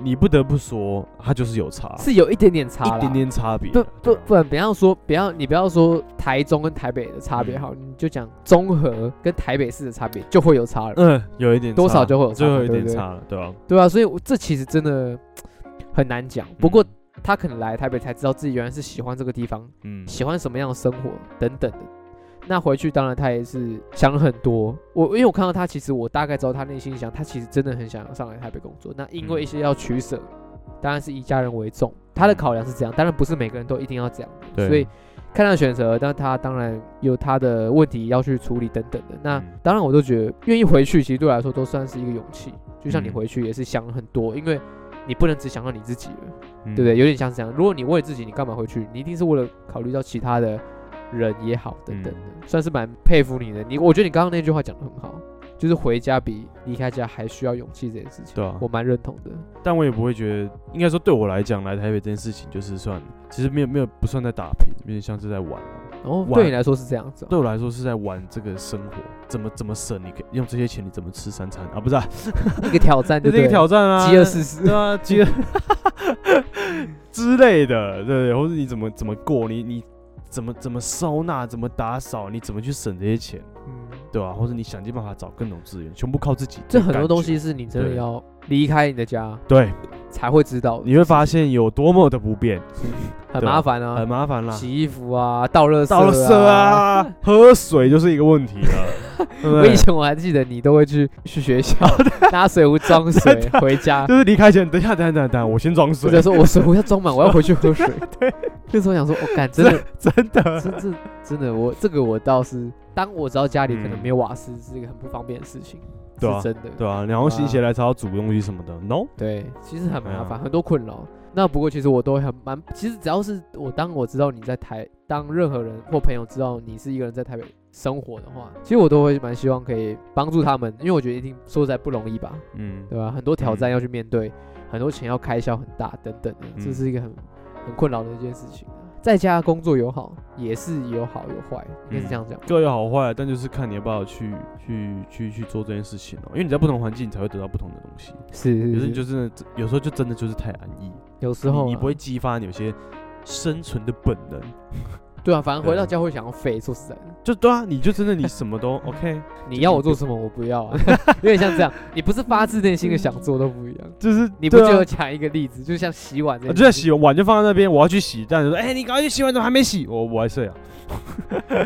[SPEAKER 1] 你不得不说，它就是有差，
[SPEAKER 2] 是有一点点差啦，
[SPEAKER 1] 一点点差别
[SPEAKER 2] 不
[SPEAKER 1] 啊，
[SPEAKER 2] 不
[SPEAKER 1] 对啊
[SPEAKER 2] 不然不要说不要你不要说台中跟台北的差别
[SPEAKER 1] 嗯
[SPEAKER 2] 好，你就讲综合跟台北市的差别就会有差了，
[SPEAKER 1] 嗯，有一点
[SPEAKER 2] 多
[SPEAKER 1] 差
[SPEAKER 2] 少就会有差
[SPEAKER 1] 就有一
[SPEAKER 2] 对
[SPEAKER 1] 点
[SPEAKER 2] 不对
[SPEAKER 1] 差了，对吧？
[SPEAKER 2] 对啊，所以我这其实真的很难讲。不过
[SPEAKER 1] 嗯
[SPEAKER 2] 他可能来台北才知道自己原来是喜欢这个地方，
[SPEAKER 1] 嗯，
[SPEAKER 2] 喜欢什么样的生活等等的。那回去当然他也是想了很多，我因为我看到他，其实我大概知道他内心想，他其实真的很想要上来台北工作。那因为一些要取舍，当然是以家人为重，他的考量是这样，当然不是每个人都一定要这样。
[SPEAKER 1] 对
[SPEAKER 2] 所以看他的选择，但他当然有他的问题要去处理等等的。那、
[SPEAKER 1] 嗯
[SPEAKER 2] 当然，我都觉得愿意回去，其实对我来说都算是一个勇气。就像你
[SPEAKER 1] 嗯
[SPEAKER 2] 回去也是想了很多，因为你不能只想到你自己了。
[SPEAKER 1] 嗯
[SPEAKER 2] 对不对？有点像是这样。如果你为了自己，你干嘛回去？你一定是为了考虑到其他的人也好，等等的，
[SPEAKER 1] 嗯
[SPEAKER 2] 算是蛮佩服你的。你我觉得你刚刚那句话讲的很好，就是回家比离开家还需要勇气这件事情，
[SPEAKER 1] 对啊
[SPEAKER 2] 我蛮认同的。
[SPEAKER 1] 但我也不会觉得，应该说对我来讲，来台北这件事情就是算，其实没有没有不算在打拼，有点像是在玩啊。
[SPEAKER 2] 然后
[SPEAKER 1] 哇
[SPEAKER 2] 对你来说是这样 子哦、
[SPEAKER 1] 对我来说是在玩这个生活，怎么怎么省，你可以用这些钱你怎么吃三餐啊？不是、啊，
[SPEAKER 2] 一个挑 战
[SPEAKER 1] 这
[SPEAKER 2] 对不
[SPEAKER 1] 是一个
[SPEAKER 2] 对了，
[SPEAKER 1] 挑战啊，
[SPEAKER 2] 饥饿四十
[SPEAKER 1] 对啊，饥饿 之类的，对不对？或者你怎么怎么过，你你怎么怎么收纳，怎么打扫，你怎么去省这些钱，
[SPEAKER 2] 嗯，
[SPEAKER 1] 对吧、或者你想尽办法找各种资源，全部靠自己。
[SPEAKER 2] 这很多东西，是你真的
[SPEAKER 1] 对
[SPEAKER 2] 要离开你的家
[SPEAKER 1] 对，
[SPEAKER 2] 才会知道的，
[SPEAKER 1] 你会发现有多么的不便，
[SPEAKER 2] 很
[SPEAKER 1] 对
[SPEAKER 2] 麻烦啊
[SPEAKER 1] 很。麻烦啦。
[SPEAKER 2] 洗衣服啊，倒垃圾、啊，
[SPEAKER 1] 到了色啊，喝水就是一个问题了， 对哦不
[SPEAKER 2] 我以
[SPEAKER 1] 对？
[SPEAKER 2] 前我还记得你都会去去学 校拿水壶装水回家，
[SPEAKER 1] 就是离开前，等一下，等一下，等一下等一下，我先装
[SPEAKER 2] 或
[SPEAKER 1] 水
[SPEAKER 2] 者。说我水壶要装满，我要回去喝水。对，那时候想说，我感真的，
[SPEAKER 1] 真的，
[SPEAKER 2] 真真真的，我这个我倒是，当我知道家里可能
[SPEAKER 1] 嗯
[SPEAKER 2] 没有瓦斯是一个很不方便的事情，
[SPEAKER 1] 对啊
[SPEAKER 2] 是真的。
[SPEAKER 1] 对啊，然后心血来潮煮东西什么的，no，
[SPEAKER 2] 嗯对，其实很麻
[SPEAKER 1] 对
[SPEAKER 2] 烦，
[SPEAKER 1] 啊
[SPEAKER 2] 很多困扰。那不过其实我都会很蛮，其实只要是我当我知道你在台，当任何人或朋友知道你是一个人在台北生活的话，其实我都会蛮希望可以帮助他们，因为我觉得一定说实在不容易吧。
[SPEAKER 1] 嗯，
[SPEAKER 2] 对吧、很多挑战
[SPEAKER 1] 嗯
[SPEAKER 2] 要去面对，很多钱要开销很大等等的，这
[SPEAKER 1] 嗯
[SPEAKER 2] 是一个很很困扰的一件事情。啊在家工作有好，也是有好有坏，应该是这样讲。
[SPEAKER 1] 各有好坏，但就是看你要不要去去去去做这件事情哦、因为你在不同环境，你才会得到不同的东西。
[SPEAKER 2] 是
[SPEAKER 1] 有
[SPEAKER 2] 是
[SPEAKER 1] 时
[SPEAKER 2] 是，
[SPEAKER 1] 你就真的，有时候就真的就是太安逸，
[SPEAKER 2] 有时候
[SPEAKER 1] 你你
[SPEAKER 2] 啊
[SPEAKER 1] 不会激发你有些生存的本能。
[SPEAKER 2] 对啊，反正回
[SPEAKER 1] 对
[SPEAKER 2] 到
[SPEAKER 1] 啊
[SPEAKER 2] 家会想要废。说实在的，
[SPEAKER 1] 就对啊，你就真的你什么 都 OK，
[SPEAKER 2] 你要我做什么我不要啊， 有点像这样，你不是发自内心的想做都不一样。
[SPEAKER 1] 就是
[SPEAKER 2] 你不
[SPEAKER 1] 对啊
[SPEAKER 2] 就有讲一个例子，就像洗碗
[SPEAKER 1] 啊
[SPEAKER 2] 这件
[SPEAKER 1] 就在
[SPEAKER 2] 事情，
[SPEAKER 1] 洗碗就放在那边，我要去洗，但是说，哎、你赶快去洗碗，怎么还没洗？我我还睡 啊。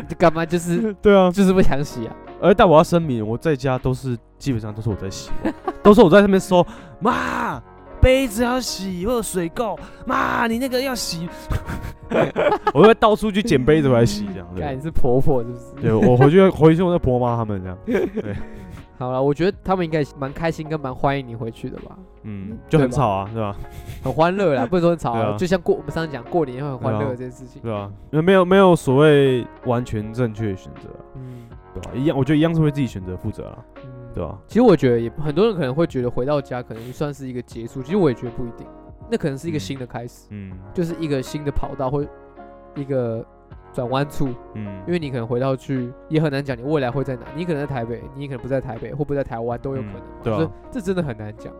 [SPEAKER 2] 就干嘛就是
[SPEAKER 1] 对啊，
[SPEAKER 2] 就是不想洗啊，
[SPEAKER 1] 而但我要声明，我在家都是基本上都是我在洗碗，都是我在那边说，妈，杯子要洗，我有水垢，妈，你那个要洗， 我会到处去捡杯子回来洗，这样
[SPEAKER 2] 看你
[SPEAKER 1] 对。
[SPEAKER 2] 是婆婆是不是？
[SPEAKER 1] 嗯对，我回去回去我再婆妈他们这样，
[SPEAKER 2] 好了，我觉得他们应该蛮开心跟蛮欢迎你回去的吧，
[SPEAKER 1] 嗯
[SPEAKER 2] 嗯，
[SPEAKER 1] 就
[SPEAKER 2] 对
[SPEAKER 1] 很
[SPEAKER 2] 吧
[SPEAKER 1] 吵啊，对吧？
[SPEAKER 2] 很欢 乐啦，不能说很吵
[SPEAKER 1] 对
[SPEAKER 2] 啊，
[SPEAKER 1] 啊
[SPEAKER 2] 就像过我们上次讲过年会很欢乐
[SPEAKER 1] 对啊
[SPEAKER 2] 这件事情，
[SPEAKER 1] 对吧？因为没有没有所谓完全正确的选择啊、
[SPEAKER 2] 嗯
[SPEAKER 1] 对吧？一样，我觉得一样是为自己选择负责啊，
[SPEAKER 2] 嗯，
[SPEAKER 1] 对吧？
[SPEAKER 2] 其实我觉得也很多人可能会觉得回到家可能算是一个结束，其实我也觉得不一定，那可能是一个
[SPEAKER 1] 嗯
[SPEAKER 2] 新的开始，
[SPEAKER 1] 嗯
[SPEAKER 2] 就是一个新的跑道或一个转弯处，
[SPEAKER 1] 嗯，
[SPEAKER 2] 因为你可能回到去也很难讲你未来会在哪，你可能在台北，你可能不在台北，或不在台湾都有可能嘛，
[SPEAKER 1] 嗯对啊
[SPEAKER 2] 就是这真的很难讲。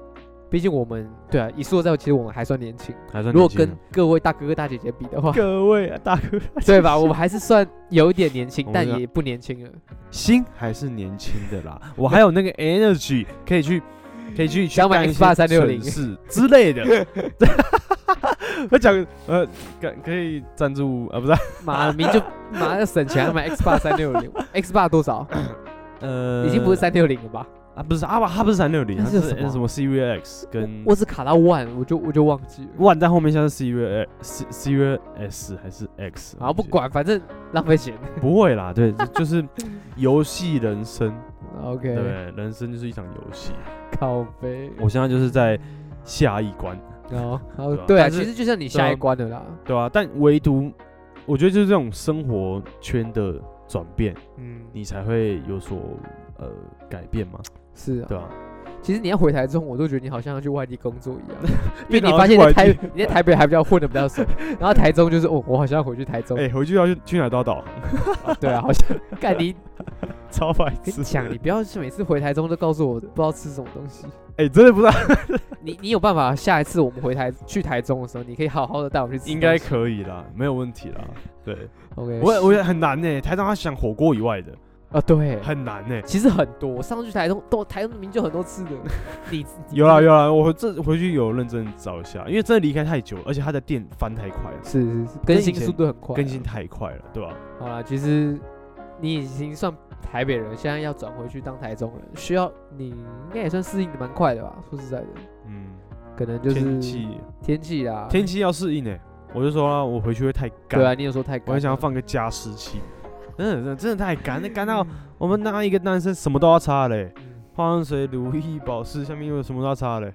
[SPEAKER 2] 毕竟我们对啊，一说到其实我们还算年轻，
[SPEAKER 1] 还算
[SPEAKER 2] 如果
[SPEAKER 1] 年轻
[SPEAKER 2] 跟
[SPEAKER 1] 啊
[SPEAKER 2] 各位大哥哥大姐姐比的话，
[SPEAKER 1] 各位啊大哥，
[SPEAKER 2] 对吧？我们还是算有一点年轻
[SPEAKER 1] 我，们
[SPEAKER 2] 但
[SPEAKER 1] 俩
[SPEAKER 2] 也不年轻了。
[SPEAKER 1] 心还是年轻的啦，我还有那个 energy 可以去，可以去
[SPEAKER 2] 想买 Xbox360
[SPEAKER 1] 是之类 的。我讲呃，可可以赞助啊，不是啊
[SPEAKER 2] 马明 就马上省钱买 X 八三六零，X 八多少？
[SPEAKER 1] 呃，
[SPEAKER 2] 已经不是三六零了吧？
[SPEAKER 1] 啊，不是啊，不它不是三六零，
[SPEAKER 2] 那
[SPEAKER 1] 它
[SPEAKER 2] 是
[SPEAKER 1] 是
[SPEAKER 2] 什么
[SPEAKER 1] 什么 Series X 跟
[SPEAKER 2] 我我只卡到 one，我就我就忘记了。
[SPEAKER 1] 万在后面像是 Series S- Series S 还是 X，
[SPEAKER 2] 然后不
[SPEAKER 1] 我记得
[SPEAKER 2] 管，反正浪 费钱。
[SPEAKER 1] 不会啦，对，就就是 游戏人生，对
[SPEAKER 2] OK，
[SPEAKER 1] 人生就是一场游戏。
[SPEAKER 2] 靠背。
[SPEAKER 1] 我现在就是在下一关，
[SPEAKER 2] 哦，然
[SPEAKER 1] 对
[SPEAKER 2] 后
[SPEAKER 1] 啊
[SPEAKER 2] 对啊，
[SPEAKER 1] 但是
[SPEAKER 2] 其实就像你下一
[SPEAKER 1] 对啊
[SPEAKER 2] 关的啦。
[SPEAKER 1] 对啊，但唯独我觉得就是这种生活圈的转变，
[SPEAKER 2] 嗯，
[SPEAKER 1] 你才会有所呃改变嘛，
[SPEAKER 2] 是啊。
[SPEAKER 1] 对吧、啊？
[SPEAKER 2] 其实你要回台中，我都觉得你好像要去外地工作 一样，因为
[SPEAKER 1] 变
[SPEAKER 2] 你
[SPEAKER 1] 成
[SPEAKER 2] 发现
[SPEAKER 1] 好
[SPEAKER 2] 在
[SPEAKER 1] 像
[SPEAKER 2] 台
[SPEAKER 1] 去外
[SPEAKER 2] 你在台北还比较混的比较熟，然后台中就是哦，我好像要回去台中
[SPEAKER 1] 哎、。回去要去去哪都要导航，
[SPEAKER 2] 对啊，好像干你
[SPEAKER 1] 超白
[SPEAKER 2] 跟
[SPEAKER 1] 痴
[SPEAKER 2] 你。讲，你不要是每次回台中都告诉我不知道吃什么东西。
[SPEAKER 1] 哎、真的不知道，
[SPEAKER 2] 你你有办法？下一次我们回台去台中的时候，你可以好好的带我去吃东 西。
[SPEAKER 1] 应该可以啦，没有问题 啦。对，
[SPEAKER 2] OK
[SPEAKER 1] 我也我也很难呢、台中他想火锅以外的
[SPEAKER 2] 啊，对，
[SPEAKER 1] 很难呢、
[SPEAKER 2] 其实很多。我上次去台中，都台中明明就很 多吃的。你你
[SPEAKER 1] 有啦有啦，我这回去有认真找一下，因为真的离开太久，而且他的店翻太快了，
[SPEAKER 2] 是是是，更
[SPEAKER 1] 以
[SPEAKER 2] 新
[SPEAKER 1] 前
[SPEAKER 2] 速度很快啊。
[SPEAKER 1] 更新太快了，对吧、
[SPEAKER 2] 好啦，其实你已经算台北人，现在要转回去当台中人，需要你应该也算适应的蛮快的吧？说实在的，
[SPEAKER 1] 嗯，
[SPEAKER 2] 可能就是啊
[SPEAKER 1] 天气
[SPEAKER 2] 天气啦，
[SPEAKER 1] 天气要适应呢、我就说啦，我回去会太干。
[SPEAKER 2] 对啊，你有说太干了，
[SPEAKER 1] 我很想要放个加湿器，真的真的太干，那干到我们那一个男生什么都要擦嘞，
[SPEAKER 2] 嗯。
[SPEAKER 1] 化妆水、乳液、保湿，下面又有什么都要擦嘞，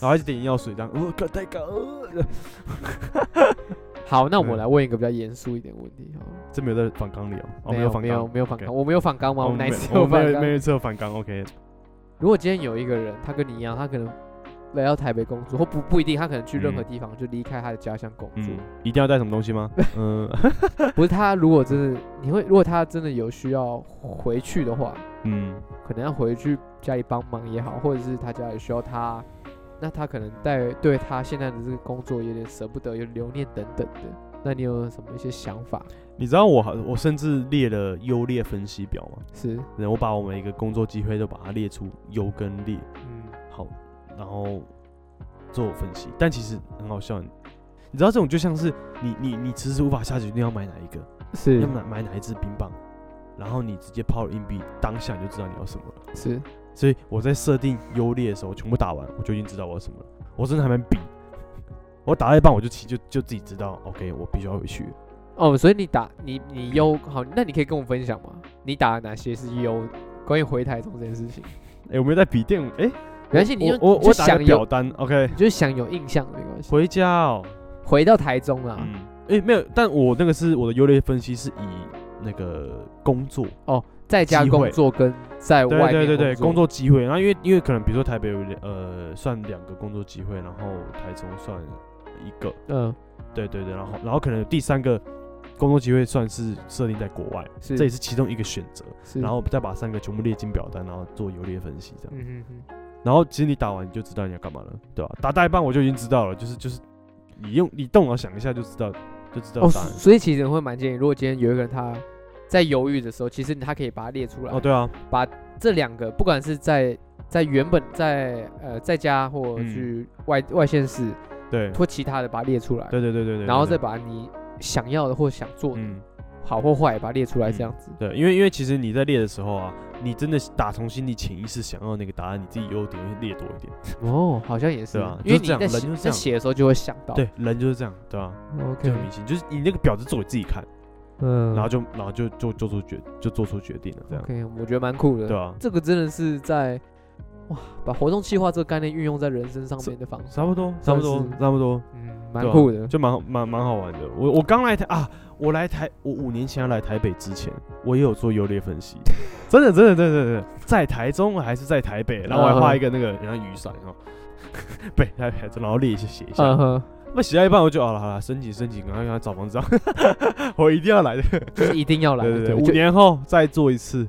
[SPEAKER 1] 然后一直点眼药水这样，我、呃、靠，太干，呃
[SPEAKER 2] 好，那
[SPEAKER 1] 嗯
[SPEAKER 2] 我来问一个比较严肃一点的问题好了
[SPEAKER 1] 这没有在反纲里哦，哦
[SPEAKER 2] 没
[SPEAKER 1] 有
[SPEAKER 2] 有
[SPEAKER 1] 反
[SPEAKER 2] 没有
[SPEAKER 1] 纲，
[SPEAKER 2] 没有反
[SPEAKER 1] OK
[SPEAKER 2] 纲，我没有反纲吗？
[SPEAKER 1] 哦
[SPEAKER 2] 我们哪一次
[SPEAKER 1] 没
[SPEAKER 2] 有
[SPEAKER 1] 我
[SPEAKER 2] 反
[SPEAKER 1] 没有
[SPEAKER 2] 纲
[SPEAKER 1] 没？有这反纲，OK，
[SPEAKER 2] 如果今天有一个人，他跟你一样，他可能来到台北工作，或不不一定，他可能去任何
[SPEAKER 1] 嗯
[SPEAKER 2] 地方，就离开他的家乡工作
[SPEAKER 1] 嗯。，一定要带什么东西吗？ 嗯
[SPEAKER 2] 不是他，如果真的你会，如果他真的有需要回去的话，
[SPEAKER 1] 嗯，
[SPEAKER 2] 可能要回去家里帮忙也好，或者是他家里需要他，那他可能带对他现在的这个工作有点舍不得，有留念等等的。那你有什么一些想法？
[SPEAKER 1] 你知道我好，我甚至列了优劣分析表吗？
[SPEAKER 2] 是，
[SPEAKER 1] 然后我把我每一个工作机会都把它列出优跟劣，
[SPEAKER 2] 嗯，
[SPEAKER 1] 好，然后做分析。但其实很好笑，你知道这种就像是你你你迟迟无法下决定要买哪一个，
[SPEAKER 2] 是
[SPEAKER 1] 要买买哪一支冰棒，然后你直接抛了硬币，当下你就知道你要什么了。
[SPEAKER 2] 是，
[SPEAKER 1] 所以我在设定优劣的时候，全部打完，我就已经知道我要什么了。我真的还蛮比， 我打到一半我就其就就自己知道，OK，我必须要回去。
[SPEAKER 2] 哦，所以你打你你优好，那你可以跟我分享吗？你打了哪些是优？关于回台中这件事情，
[SPEAKER 1] 哎、我没有在比电，哎、
[SPEAKER 2] 没关系，你就
[SPEAKER 1] 我我
[SPEAKER 2] 你就
[SPEAKER 1] 我打
[SPEAKER 2] 想
[SPEAKER 1] 个表
[SPEAKER 2] 有，
[SPEAKER 1] 单，OK，
[SPEAKER 2] 你就想有印象没关系。
[SPEAKER 1] 回家哦。
[SPEAKER 2] 回到台中啊啦，
[SPEAKER 1] 嗯，哎、没有，但我那个是我的优劣分析是以那个工作。
[SPEAKER 2] 在家
[SPEAKER 1] 机
[SPEAKER 2] 工
[SPEAKER 1] 会
[SPEAKER 2] 作跟在
[SPEAKER 1] 对
[SPEAKER 2] 呃外面
[SPEAKER 1] 对对对，工作
[SPEAKER 2] 作
[SPEAKER 1] 机会。然后因为因为可能比如说台北有两呃算两个工作机会，然后台中算一个，
[SPEAKER 2] 嗯
[SPEAKER 1] 对对对，然后然后可能有第三个工作机会算是设定在国外，
[SPEAKER 2] 是
[SPEAKER 1] 这也是其中一个选择。
[SPEAKER 2] 是，
[SPEAKER 1] 然后再把三个全部列进表单，然后做优劣分析这样。
[SPEAKER 2] 嗯嗯嗯，
[SPEAKER 1] 然后其实你打完你就知道你要干嘛了，对吧、打到一半我就已经知道了，就是就是你用你动脑想一下就知道就知道
[SPEAKER 2] 哦，
[SPEAKER 1] 答案。
[SPEAKER 2] 所以其实会蛮建议，如果今天有一个人他在犹豫的时候，其实他可以把它列出来。
[SPEAKER 1] 哦，，对啊，
[SPEAKER 2] 这两个不管是在在原本在呃在家或
[SPEAKER 1] 嗯
[SPEAKER 2] 去外、外县市
[SPEAKER 1] 对
[SPEAKER 2] 或其他的把它列出来，
[SPEAKER 1] 对对对对对对，
[SPEAKER 2] 然后再
[SPEAKER 1] 对
[SPEAKER 2] 把你想要的或想做的、
[SPEAKER 1] 嗯。
[SPEAKER 2] 好或坏把它列出来，
[SPEAKER 1] 嗯
[SPEAKER 2] 这样子。
[SPEAKER 1] 对，因为因为其实你在列的时候啊，你真的是打从心里潜意识想要那个答案，你自己优点会列多一点。
[SPEAKER 2] 哦， 好像也是，
[SPEAKER 1] 对啊
[SPEAKER 2] 因为
[SPEAKER 1] 就是
[SPEAKER 2] 你
[SPEAKER 1] 这样人
[SPEAKER 2] 在
[SPEAKER 1] 就
[SPEAKER 2] 写
[SPEAKER 1] 是这
[SPEAKER 2] 在
[SPEAKER 1] 样
[SPEAKER 2] 写的时候就会想到。
[SPEAKER 1] 对，人就是这样，对吧、就
[SPEAKER 2] ，OK
[SPEAKER 1] 很。明显，就是你那个表是做给自己看，
[SPEAKER 2] 嗯，
[SPEAKER 1] 然后就然后就就做出决就做出决定了，这样
[SPEAKER 2] OK，我觉得蛮酷的。
[SPEAKER 1] 对啊，
[SPEAKER 2] 这个真的是在哇，把活动计划这个概念运用在人生上面的方式，
[SPEAKER 1] 差不多差不多
[SPEAKER 2] 算是
[SPEAKER 1] 差不多，
[SPEAKER 2] 嗯，蛮
[SPEAKER 1] 对啊
[SPEAKER 2] 酷的。
[SPEAKER 1] 就蛮蛮蛮好玩的。我我刚来台啊，我来台，我五年前要来台北之前，我也有做优劣分 析，真的真的真的真的，在台中还是在台
[SPEAKER 2] 嗯
[SPEAKER 1] 北，然后我还画一个那个人家雨伞哦， 北台北中，然后列一些写一
[SPEAKER 2] 嗯
[SPEAKER 1] 下，
[SPEAKER 2] 哼，
[SPEAKER 1] 那写到一半我就啊好了，申请申请，赶快赶快找房子啊， 我一定要来的。
[SPEAKER 2] 就是一定要来的。
[SPEAKER 1] 对对对，五
[SPEAKER 2] 就
[SPEAKER 1] 年后再做一次，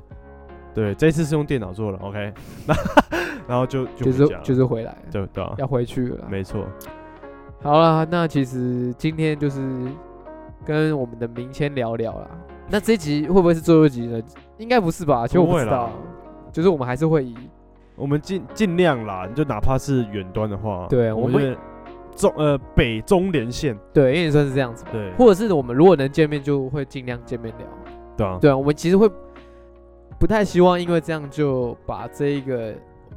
[SPEAKER 1] 对，这次是用电脑做了，OK，那然后就就
[SPEAKER 2] 就
[SPEAKER 1] 回
[SPEAKER 2] 是
[SPEAKER 1] 家了，
[SPEAKER 2] 就是回来了，
[SPEAKER 1] 对对啊，
[SPEAKER 2] 要回去了啦。
[SPEAKER 1] 没错，
[SPEAKER 2] 好啦，那其实今天就是跟我们的明谦聊聊啦。那这一集会不会是最后一集呢？应该不是吧？其实我
[SPEAKER 1] 不
[SPEAKER 2] 不
[SPEAKER 1] 会
[SPEAKER 2] 知
[SPEAKER 1] 啦
[SPEAKER 2] 道，就是我们还是会以
[SPEAKER 1] 我们尽尽量啦，就哪怕是远端的话，
[SPEAKER 2] 对
[SPEAKER 1] 我
[SPEAKER 2] 我们
[SPEAKER 1] 是中呃北中连线，
[SPEAKER 2] 对，因为算是这样子吧。
[SPEAKER 1] 对
[SPEAKER 2] 或者是我们如果能见面，就会尽量见面聊。
[SPEAKER 1] 对啊，
[SPEAKER 2] 对啊，我们其实会不太希望因为这样就把这一个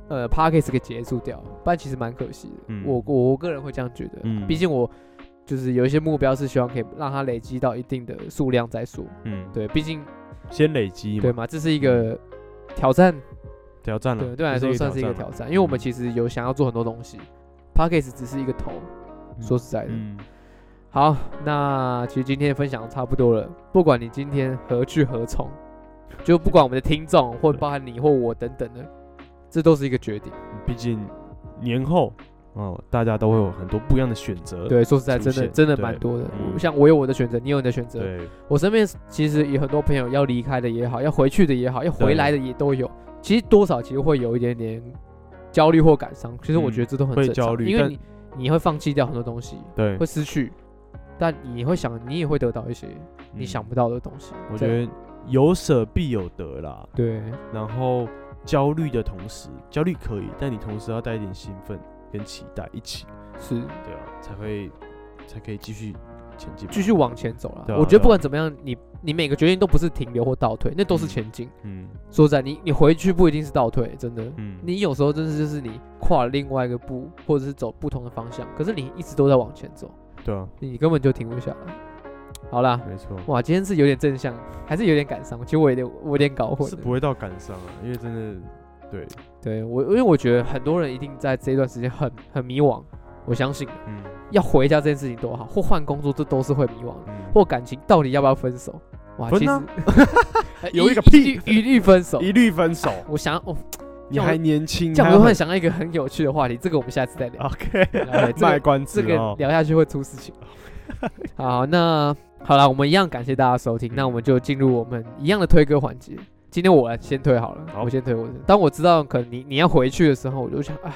[SPEAKER 2] 呃 p a c k a g e 给结束掉，不然其实蛮可惜的。
[SPEAKER 1] 嗯
[SPEAKER 2] 我我我个人会这样觉得，
[SPEAKER 1] 嗯
[SPEAKER 2] 毕竟我就是有一些目标是希望可以让它累积到一定的数量再说。
[SPEAKER 1] 嗯，
[SPEAKER 2] 对，毕竟
[SPEAKER 1] 先累积
[SPEAKER 2] 对
[SPEAKER 1] 嘛，
[SPEAKER 2] 嘛，这是一个挑战，
[SPEAKER 1] 挑战了，
[SPEAKER 2] 对对我来说嗯算是一个挑战，因为嗯我们其实有想要做很多东西 p a c k a g e 只是一个头。
[SPEAKER 1] 实
[SPEAKER 2] 说实在的，
[SPEAKER 1] 嗯，
[SPEAKER 2] 好，那其实今天的分享差不多了。不管你今天何去何从，就不管我们的听众，或包含你或我等等的，这都是一个决定。
[SPEAKER 1] 毕竟年后哦，大家都会有很多不一样的选择，
[SPEAKER 2] 对，说实在，
[SPEAKER 1] 呃出
[SPEAKER 2] 真的
[SPEAKER 1] 现
[SPEAKER 2] 真的
[SPEAKER 1] 对
[SPEAKER 2] 蛮多的。
[SPEAKER 1] 嗯
[SPEAKER 2] 像我有我的选择，你有你的选择。
[SPEAKER 1] 对
[SPEAKER 2] 我身边其实有很多朋友要离开的也好，要回去的也好，要回来的也都有。其实多少其实会有一点点焦虑或感伤。其实
[SPEAKER 1] 嗯
[SPEAKER 2] 我觉得这都很
[SPEAKER 1] 会
[SPEAKER 2] 正常，
[SPEAKER 1] 焦虑
[SPEAKER 2] 因为
[SPEAKER 1] 但
[SPEAKER 2] 你你会放弃掉很多东西，
[SPEAKER 1] 对
[SPEAKER 2] 会，失去，但你会想，你也会得到一些你
[SPEAKER 1] 嗯
[SPEAKER 2] 想不到的东西。
[SPEAKER 1] 我
[SPEAKER 2] 这
[SPEAKER 1] 觉得有舍必有得啦，
[SPEAKER 2] 对，
[SPEAKER 1] 然后焦虑的同时，焦虑可以，但你同时要带一点兴奋跟期待一起，
[SPEAKER 2] 是
[SPEAKER 1] 对啊，才会才可以继续前进吧，
[SPEAKER 2] 继续往前走了。
[SPEAKER 1] 对啊
[SPEAKER 2] 我觉得
[SPEAKER 1] 对啊
[SPEAKER 2] 不管怎么样，你你每个决定都不是停留或倒退，那都
[SPEAKER 1] 嗯
[SPEAKER 2] 是前进。
[SPEAKER 1] 嗯
[SPEAKER 2] 说实在，你你回去不一定是倒退，真的。
[SPEAKER 1] 嗯，
[SPEAKER 2] 你有时候真的就是你跨了另外一个步，或者是走不同的方向，可是你一直都在往前走，
[SPEAKER 1] 对啊，
[SPEAKER 2] 你根本就停不下来。好啦，
[SPEAKER 1] 没错，
[SPEAKER 2] 哇，今天是有点正向，还是有点感伤。其实我有点我有点搞混
[SPEAKER 1] 是
[SPEAKER 2] 了。
[SPEAKER 1] 不会到感伤啊，因为真的对，
[SPEAKER 2] 对我，因为我觉得很多人一定在这一段时间很很迷惘，我相信
[SPEAKER 1] 嗯
[SPEAKER 2] 要回家这件事情多好，或换工作，这都是会迷惘的。
[SPEAKER 1] 嗯，
[SPEAKER 2] 或感情到底要不要分手？哇，
[SPEAKER 1] 分
[SPEAKER 2] 其实
[SPEAKER 1] 啊
[SPEAKER 2] 一
[SPEAKER 1] 有一个屁
[SPEAKER 2] 一律一律分手。
[SPEAKER 1] 一律分手，
[SPEAKER 2] 我想，哦，
[SPEAKER 1] 你还年轻，
[SPEAKER 2] 这样
[SPEAKER 1] 还
[SPEAKER 2] 我突
[SPEAKER 1] 很
[SPEAKER 2] 然想到一个很有趣的话题，这个我们下次再聊。对
[SPEAKER 1] OK，
[SPEAKER 2] 这个
[SPEAKER 1] 卖关
[SPEAKER 2] 这
[SPEAKER 1] 子
[SPEAKER 2] 个
[SPEAKER 1] 哦，
[SPEAKER 2] 聊下去会出事情。好，那好了，我们一样感谢大家收听，那我们就进入我们一样的推歌环节。今天我来先推好了，
[SPEAKER 1] 好
[SPEAKER 2] 我先推我的。当我知道可能你你要回去的时候，我就想啊，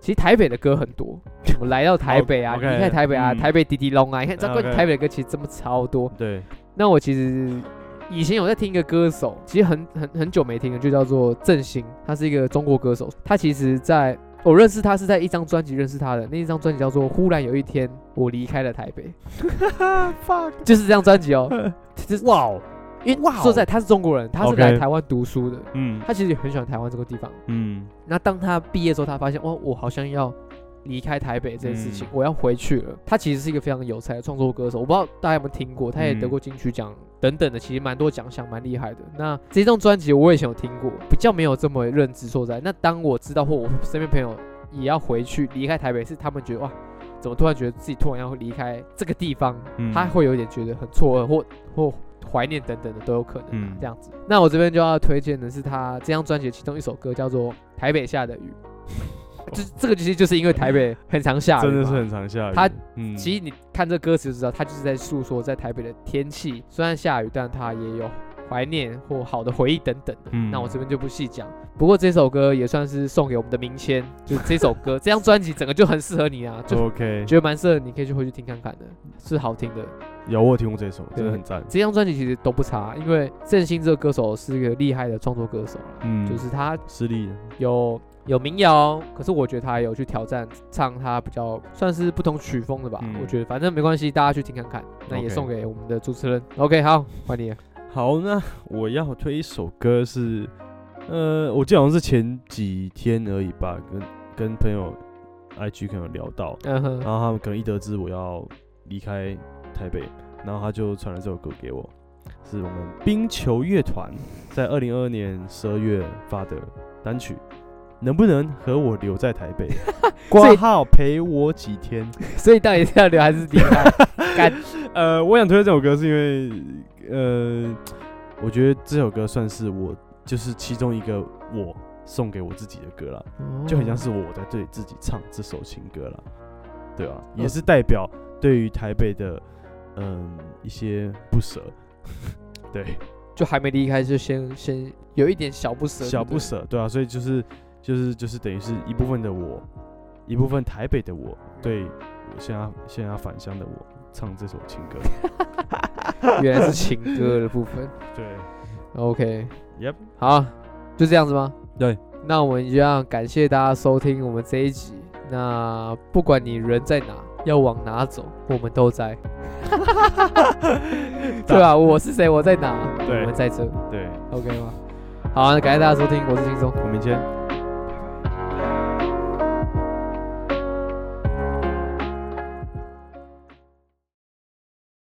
[SPEAKER 2] 其实台北的歌很多，我们来到台北啊，
[SPEAKER 1] 好
[SPEAKER 2] 你
[SPEAKER 1] ，OK，
[SPEAKER 2] 看台北啊，
[SPEAKER 1] 嗯
[SPEAKER 2] 台北滴滴龙啊，你看这关于
[SPEAKER 1] OK
[SPEAKER 2] 台北的歌其实真的超多。
[SPEAKER 1] 对，
[SPEAKER 2] 那我其实以前有在听一个歌手，其实很很很久没听了，就叫做郑兴，他是一个中国歌手。他其实在我认识他是在一张专辑认识他的，那一张专辑叫做《忽然有一天我离开了台北》，
[SPEAKER 1] fuck，
[SPEAKER 2] 就是这张专辑哦。 就是
[SPEAKER 1] 哇哦，
[SPEAKER 2] 因为
[SPEAKER 1] 哇哦
[SPEAKER 2] 说实在他是中国人，他是
[SPEAKER 1] OK
[SPEAKER 2] 来台湾读书的，
[SPEAKER 1] 嗯
[SPEAKER 2] 他其实也很喜欢台湾这个地方。
[SPEAKER 1] 嗯
[SPEAKER 2] 那当他毕业之后，他发现哇，我好像要离开台北这件事情，
[SPEAKER 1] 嗯
[SPEAKER 2] 我要回去了。他其实是一个非常有才的创作歌手，我不知道大家有没有听过，他也得过金曲奖等等的，其实蛮多奖项，蛮厉害的。那这张专辑我以前有听过，比较没有这么认知。说实在，那当我知道或我身边朋友也要回去离开台北，是他们觉得哇。怎么突然觉得自己突然要离开这个地方？
[SPEAKER 1] 嗯
[SPEAKER 2] 他会有一点觉得很错愕或或怀念等等的都有可能、啊
[SPEAKER 1] 嗯
[SPEAKER 2] 这样子。那我这边就要推荐的是他这张专辑的其中一首歌，叫做《台北下的 雨》，就是这个其实就是因为台北很常下雨嘛，
[SPEAKER 1] 哦真的是很常下雨，
[SPEAKER 2] 他
[SPEAKER 1] 嗯
[SPEAKER 2] 其实你看这歌词就知道，他就是在诉说在台北的天气，虽然下雨，但他也有怀念或好的回忆等等的。
[SPEAKER 1] 嗯
[SPEAKER 2] 那我这边就不细讲。不过这首歌也算是送给我们的明谦，就是这首 歌，这张专辑整个就很适合你啊，就
[SPEAKER 1] 哦 OK，
[SPEAKER 2] 觉得蛮适合你，可以去回去听看看的，是好听的。
[SPEAKER 1] 有我有听过这首，真
[SPEAKER 2] 对
[SPEAKER 1] 的很赞，
[SPEAKER 2] 这张专辑其实都不差，因为郑兴这个歌手是一个厉害的创作歌手啦，
[SPEAKER 1] 嗯，
[SPEAKER 2] 就是他
[SPEAKER 1] 失利的，
[SPEAKER 2] 有有民谣，可是我觉得他也有去挑战唱他比较算是不同曲风的吧。
[SPEAKER 1] 嗯
[SPEAKER 2] 我觉得反正没关系，大家去听看看。那也
[SPEAKER 1] OK
[SPEAKER 2] 送给我们的主持人。OK，好，换 你了。
[SPEAKER 1] 好，那我要推一首歌是，呃，我记得好像是前几天而已吧，跟跟朋友 IG 可能有聊到，
[SPEAKER 2] 嗯哼，
[SPEAKER 1] 然后他们可能一得知我要离开台北，然后他就传了这首歌给我，是我们冰球乐团在二零二二年十二月发的单曲。能不能和我留在台 北？挂号陪我几天？
[SPEAKER 2] 所以到底是要留还是离开？干
[SPEAKER 1] 呃，我想推荐这首歌是因为，呃，我觉得这首歌算是我就是其中一个我送给我自己的歌啦， 就很像是我在对自己唱这首情歌啦，对啊，也是代表对于台北的嗯一些不舍， 对，
[SPEAKER 2] 就还没离开，就先先有一点小不舍，
[SPEAKER 1] 小不舍，对啊，所以就是就是就是等于是一部分的我，一部分台北的我，对我现在现在返乡的我唱这首情歌，
[SPEAKER 2] 对不对，原来是情歌的部分。
[SPEAKER 1] 对
[SPEAKER 2] OK，
[SPEAKER 1] ，Yep，
[SPEAKER 2] 好，就这样子吗？
[SPEAKER 1] 对，
[SPEAKER 2] 那我们一样感谢大家收听我们这一集。那不管你人在哪，要往哪走，我们 都在。对啊，我是谁，我在哪，
[SPEAKER 1] 对
[SPEAKER 2] 我们在这
[SPEAKER 1] 对，
[SPEAKER 2] ，OK 吗？好、啊，那感谢大家收听，我是轻松，
[SPEAKER 1] 我们今天。